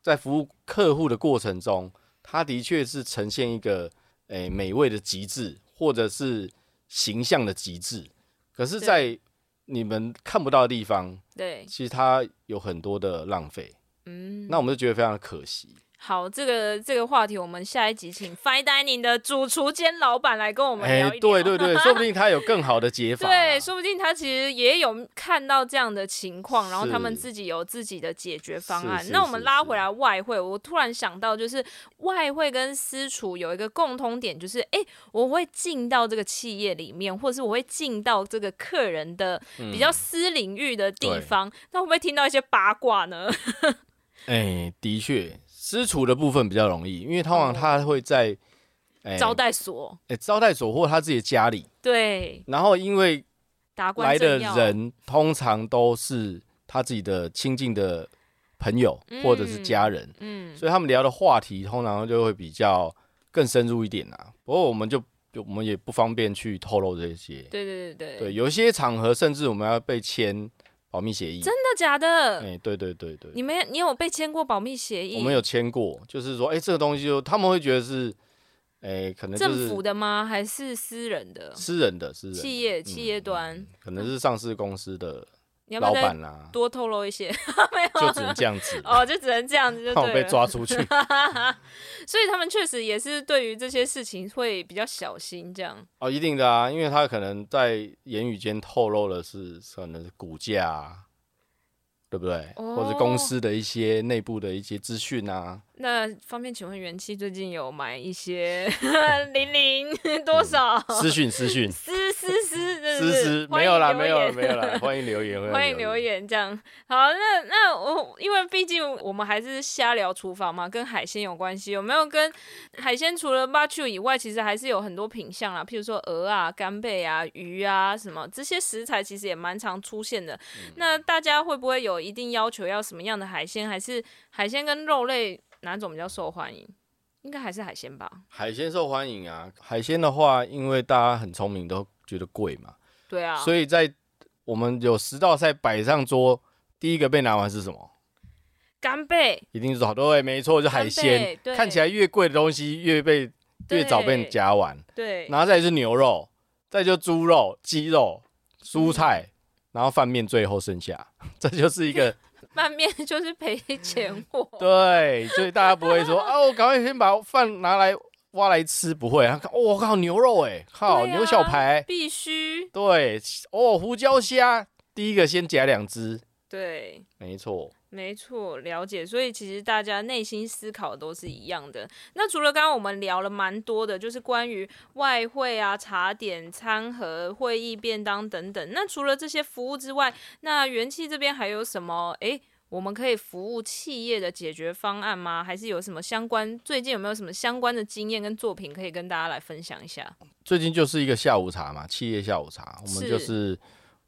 Speaker 1: 在服务客户的过程中，它的确是呈现一个哎、美味的极致，或者是形象的极致。可是，
Speaker 2: 对
Speaker 1: 在你们看不到的地方，
Speaker 2: 对，
Speaker 1: 其实它有很多的浪费，
Speaker 2: 嗯，
Speaker 1: 那我们就觉得非常的可惜。
Speaker 2: 好，这个这个话题，我们下一集请 Fine Dining 的主厨兼老板来跟我们聊一聊。
Speaker 1: 哎对对对，说不定它有更好的解 法啊、
Speaker 2: 对，说不定他其实也有看到这样的情况，然后他们
Speaker 1: 是
Speaker 2: 自己有自己的解决方案
Speaker 1: 是。是
Speaker 2: 那我们
Speaker 1: 是
Speaker 2: 拉
Speaker 1: 是
Speaker 2: 回来外汇，我突然想到，就是外汇跟私厨有一个共通点，就是哎、诶我会进到这个企业里面，或者是我会进到这个客人的嗯比较私领域的地
Speaker 1: 对
Speaker 2: 方，那会不会听到一些八卦呢？
Speaker 1: 哎、的确，私厨的部分比较容易，因为通常他会在、哎
Speaker 2: 哦招待所
Speaker 1: 哎招待所或他自己的家里，
Speaker 2: 对
Speaker 1: 然后因为
Speaker 2: 达官
Speaker 1: 来的
Speaker 2: 政要
Speaker 1: 人通常都是他自己的亲近的朋友
Speaker 2: 嗯
Speaker 1: 或者是家人，
Speaker 2: 嗯
Speaker 1: 所以他们聊的话题通常就会比较更深入一点啊。不过我们就就我们也不方便去透露这些，
Speaker 2: 对对对对，
Speaker 1: 对，有一些场合甚至我们要被签保密协议，真
Speaker 2: 真的假的？
Speaker 1: 哎、对对对对。
Speaker 2: 你们你有被签过保密协议？
Speaker 1: 我们有签过，就是说，哎、这个东西就他们会觉得是，哎、可能就
Speaker 2: 政府
Speaker 1: 是
Speaker 2: 的吗？还是私人的？
Speaker 1: 私人的，私人的嗯
Speaker 2: 企业企业端，
Speaker 1: 可能是上市公司的
Speaker 2: 你要不
Speaker 1: 老
Speaker 2: 嗯要再
Speaker 1: 板啊啦、
Speaker 2: 多透露一些？，
Speaker 1: 就只能这样子
Speaker 2: 哦，就只能这样子就
Speaker 1: 怕我
Speaker 2: 对
Speaker 1: 被
Speaker 2: 了。
Speaker 1: 抓出去。
Speaker 2: 所以他们确实也是对于这些事情会比较小心，这样。
Speaker 1: 哦，一定的啊，因为他可能在言语间透露的是可能是股价、啊，对不对？
Speaker 2: 哦
Speaker 1: 或者公司的一些内部的一些资讯啊，
Speaker 2: 那方便请问元气最近有买一些 零零
Speaker 1: 嗯
Speaker 2: 多少？
Speaker 1: 私讯私讯
Speaker 2: 私私私
Speaker 1: 私私，没有啦，没有了，没有了，欢迎留言，
Speaker 2: 欢迎留。言，这样好。那那我因为毕竟我们还是瞎聊厨房嘛，跟海鲜有关系。有没有跟海鲜除了 b a c u 以外，其实还是有很多品相啦，譬如说鹅啊、干贝啊、鱼啊什么这些食材，其实也蛮常出现的。
Speaker 1: 嗯
Speaker 2: 那大家会不会有一定要求要什么样的海鲜？还是海鲜跟肉类哪种比较受欢迎？应该还是海鲜吧。
Speaker 1: 海鲜受欢迎啊，海鲜的话，因为大家很聪明，都觉得贵嘛，
Speaker 2: 对啊，
Speaker 1: 所以在我们有十道菜摆上桌，第一个被拿完是什么？
Speaker 2: 干贝，
Speaker 1: 一定是好对，没错，就海鲜
Speaker 2: 干贝，啊对
Speaker 1: 看起来越贵的东西越被越早被
Speaker 2: 对
Speaker 1: 人夹完，
Speaker 2: 对，
Speaker 1: 然后再来是牛肉，再就猪肉、鸡肉、蔬菜，
Speaker 2: 嗯
Speaker 1: 然后饭面最后剩下， 这就是一个
Speaker 2: 拌面 就是赔钱货。
Speaker 1: 对，所以大家不会 说啊，我赶快先把饭拿来挖来吃，不会，他看，哦我、靠，牛肉哎，靠，
Speaker 2: 对啊
Speaker 1: 牛小排，
Speaker 2: 必须
Speaker 1: 对，哦，胡椒虾，第一个先夹两只，
Speaker 2: 对，
Speaker 1: 没错，
Speaker 2: 没错，了解。所以其实大家内心思考都是一样的。那除了刚刚我们聊了蛮多的，就是关于外汇啊、茶点、餐盒、会议便当等等。那除了这些服务之外，那元气这边还有什么？诶，我们可以服务企业的解决方案吗？还是有什么相关？最近有没有什么相关的经验跟作品可以跟大家来分享一下？
Speaker 1: 最近就是一个下午茶嘛，企业下午茶，我们
Speaker 2: 是
Speaker 1: 就是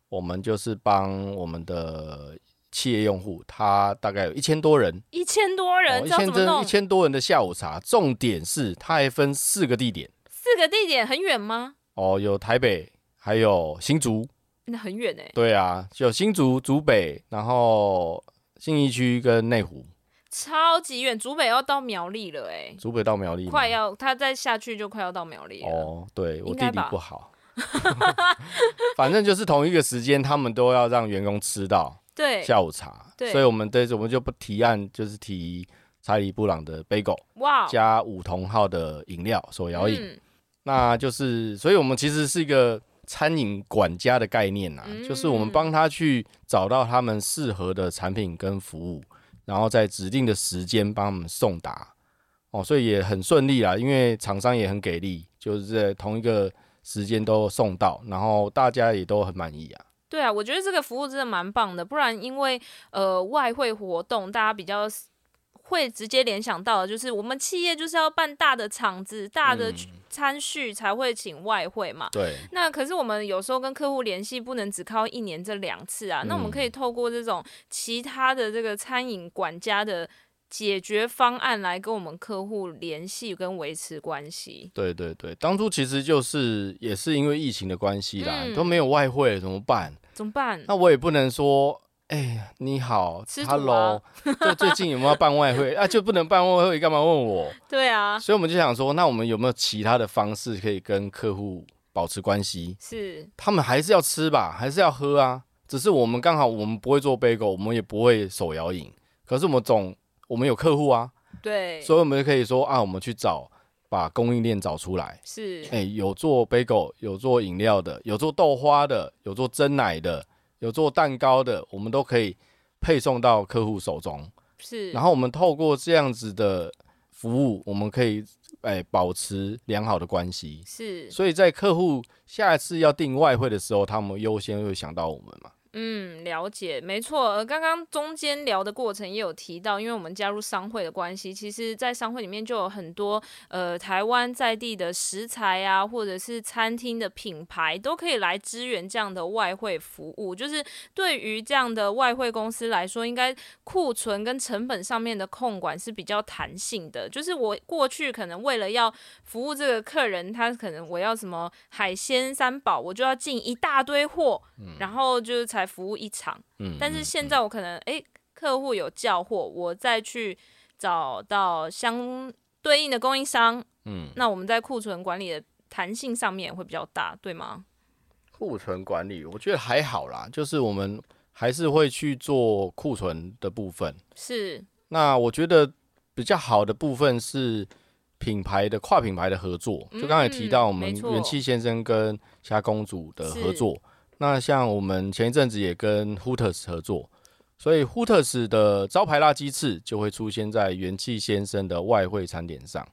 Speaker 1: 我们就是帮我们的企业用户，他大概有一千多人，
Speaker 2: 一千多人，
Speaker 1: 哦一
Speaker 2: 知道
Speaker 1: 千
Speaker 2: 怎么
Speaker 1: 多一
Speaker 2: 弄？
Speaker 1: 千多人的下午茶，重点是它还分四个地点
Speaker 2: 四个地点很远吗？
Speaker 1: 哦，有台北，还有新竹，
Speaker 2: 那很远哎、
Speaker 1: 对啊，有新竹、竹北，然后信义区跟内湖，
Speaker 2: 超级远，竹北要到苗栗了哎、
Speaker 1: 竹北到苗栗吗
Speaker 2: 快要他再下去就快要到苗栗了。
Speaker 1: 哦，对我
Speaker 2: 应
Speaker 1: 地
Speaker 2: 该
Speaker 1: 理
Speaker 2: 吧
Speaker 1: 不好， 反正就是同一个时间，他们都要让员工吃到。
Speaker 2: 对，
Speaker 1: 下午茶，
Speaker 2: 对
Speaker 1: 所以我们对我们就不提案，就是提查理布朗的 bagel
Speaker 2: 哇，
Speaker 1: 加五同号的饮料手摇饮，
Speaker 2: 嗯
Speaker 1: 那就是，所以我们其实是一个餐饮管家的概念呐、啊，
Speaker 2: 嗯
Speaker 1: 就是我们帮他去找到他们适合的产品跟服务，然后在指定的时间帮我们送达。哦，所以也很顺利啦，因为厂商也很给力，就是在同一个时间都送到，然后大家也都很满意啊。
Speaker 2: 对啊，我觉得这个服务真的蛮棒的，不然因为呃外汇活动，大家比较。呃会直接联想到的就是我们企业就是要办大的场子、大的
Speaker 1: 嗯
Speaker 2: 餐叙才会请外汇嘛。
Speaker 1: 对，
Speaker 2: 那可是我们有时候跟客户联系不能只靠一年这两次啊，那我们
Speaker 1: 嗯
Speaker 2: 可以透过这种其他的这个餐饮管家的解决方案来跟我们客户联系跟维持关系。
Speaker 1: 对对对，当初其实就是也是因为疫情的关系啦，
Speaker 2: 嗯
Speaker 1: 都没有外汇怎么办？
Speaker 2: 怎么办？
Speaker 1: 那我也不能说，哎、你好
Speaker 2: 吃土啊
Speaker 1: ，Hello，就最近有没有办外 汇啊？就不能办外汇，干嘛问我？
Speaker 2: 对啊，
Speaker 1: 所以我们就想说，那我们有没有其他的方式可以跟客户保持关系？
Speaker 2: 是
Speaker 1: 他们还是要吃吧，还是要喝啊？只是我们刚好我们不会做 bagel，我们也不会手摇饮，可是我们总我们有客户啊，
Speaker 2: 对，
Speaker 1: 所以我们就可以说啊，我们去找把供应链找出来。
Speaker 2: 是
Speaker 1: 哎、有做 bagel，有做饮料的，有做豆花的，有做蒸奶的，有做蛋糕的，我们都可以配送到客户手中。
Speaker 2: 是，
Speaker 1: 然后我们透过这样子的服务，我们可以哎、保持良好的关系。
Speaker 2: 是
Speaker 1: 所以在客户下次要订外汇的时候，他们优先会想到我们嘛？
Speaker 2: 嗯，了解，没错。呃，刚刚中间聊的过程也有提到，因为我们加入商会的关系，其实，在商会里面就有很多呃台湾在地的食材啊，或者是餐厅的品牌，都可以来支援这样的外汇服务。就是对于这样的外汇公司来说，应该库存跟成本上面的控管是比较弹性的。就是我过去可能为了要服务这个客人，他可能我要什么海鲜三宝，我就要进一大堆货。然后就是才服务一场。
Speaker 1: 嗯，
Speaker 2: 但是现在我可能诶，客户有叫货，我再去找到相对应的供应商，
Speaker 1: 嗯，
Speaker 2: 那我们在库存管理的弹性上面也会比较大，对吗？
Speaker 1: 库存管理我觉得还好啦，就是我们还是会去做库存的部分。
Speaker 2: 是
Speaker 1: 那我觉得比较好的部分是品牌的跨品牌的合作，就刚才提到我们
Speaker 2: 嗯没错
Speaker 1: 元气先生跟虾公主的合
Speaker 2: 是
Speaker 1: 作。那像我们前一阵子也跟 Hooters 合作，所以 Hooters 的招牌辣鸡翅就会出现在元气先生的外汇餐点上。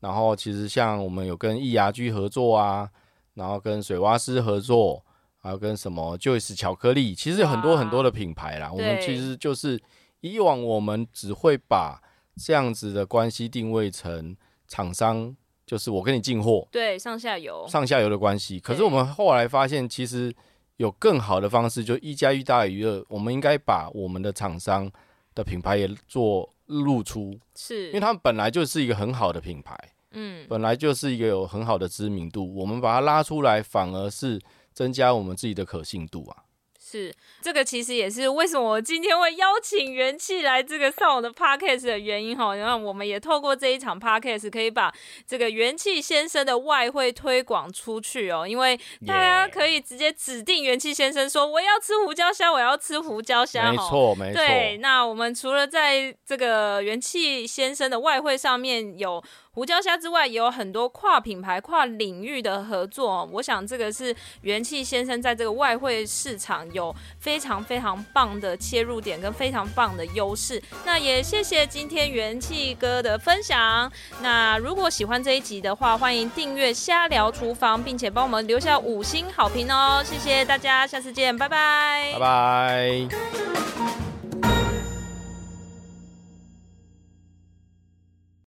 Speaker 1: 然后其实像我们有跟易牙居合作啊，然后跟水蛙师合作，还有跟什么 Joyce 巧克力，其实有很多
Speaker 2: 哇
Speaker 1: 很多的品牌啦。我们
Speaker 2: 对
Speaker 1: 其实就是以往我们只会把这样子的关系定位成厂商，就是我跟你进货
Speaker 2: 对上下游
Speaker 1: 上下游的关系。可是我们后来发现，其实有更好的方式，就一加一大于二。我们应该把我们的厂商的品牌也做露出，因为
Speaker 2: 是
Speaker 1: 他们本来就是一个很好的品牌。
Speaker 2: 嗯
Speaker 1: 本来就是一个有很好的知名度，我们把它拉出来，反而是增加我们自己的可信度啊。
Speaker 2: 是这个，其实也是为什么我今天会邀请元气来这个上我的 podcast 的原因哈。然后我们也透过这一场 podcast 可以把这个元气先生的外汇推广出去哦，因为大家
Speaker 1: Yeah
Speaker 2: 可以直接指定元气先生说我要吃胡椒虾，我要吃胡椒虾。
Speaker 1: 没
Speaker 2: 哦。
Speaker 1: 错没错，
Speaker 2: 对，那我们除了在这个元气先生的外汇上面有胡椒虾之外，也有很多跨品牌、跨领域的合作哦、我想这个是元气先生在这个外汇市场有非常非常棒的切入点跟非常棒的优势。那也谢谢今天元气哥的分享。那如果喜欢这一集的话，欢迎订阅《瞎聊厨房》，并且帮我们留下五星好评哦。谢谢大家，下次见，拜拜
Speaker 1: 拜拜。
Speaker 3: 「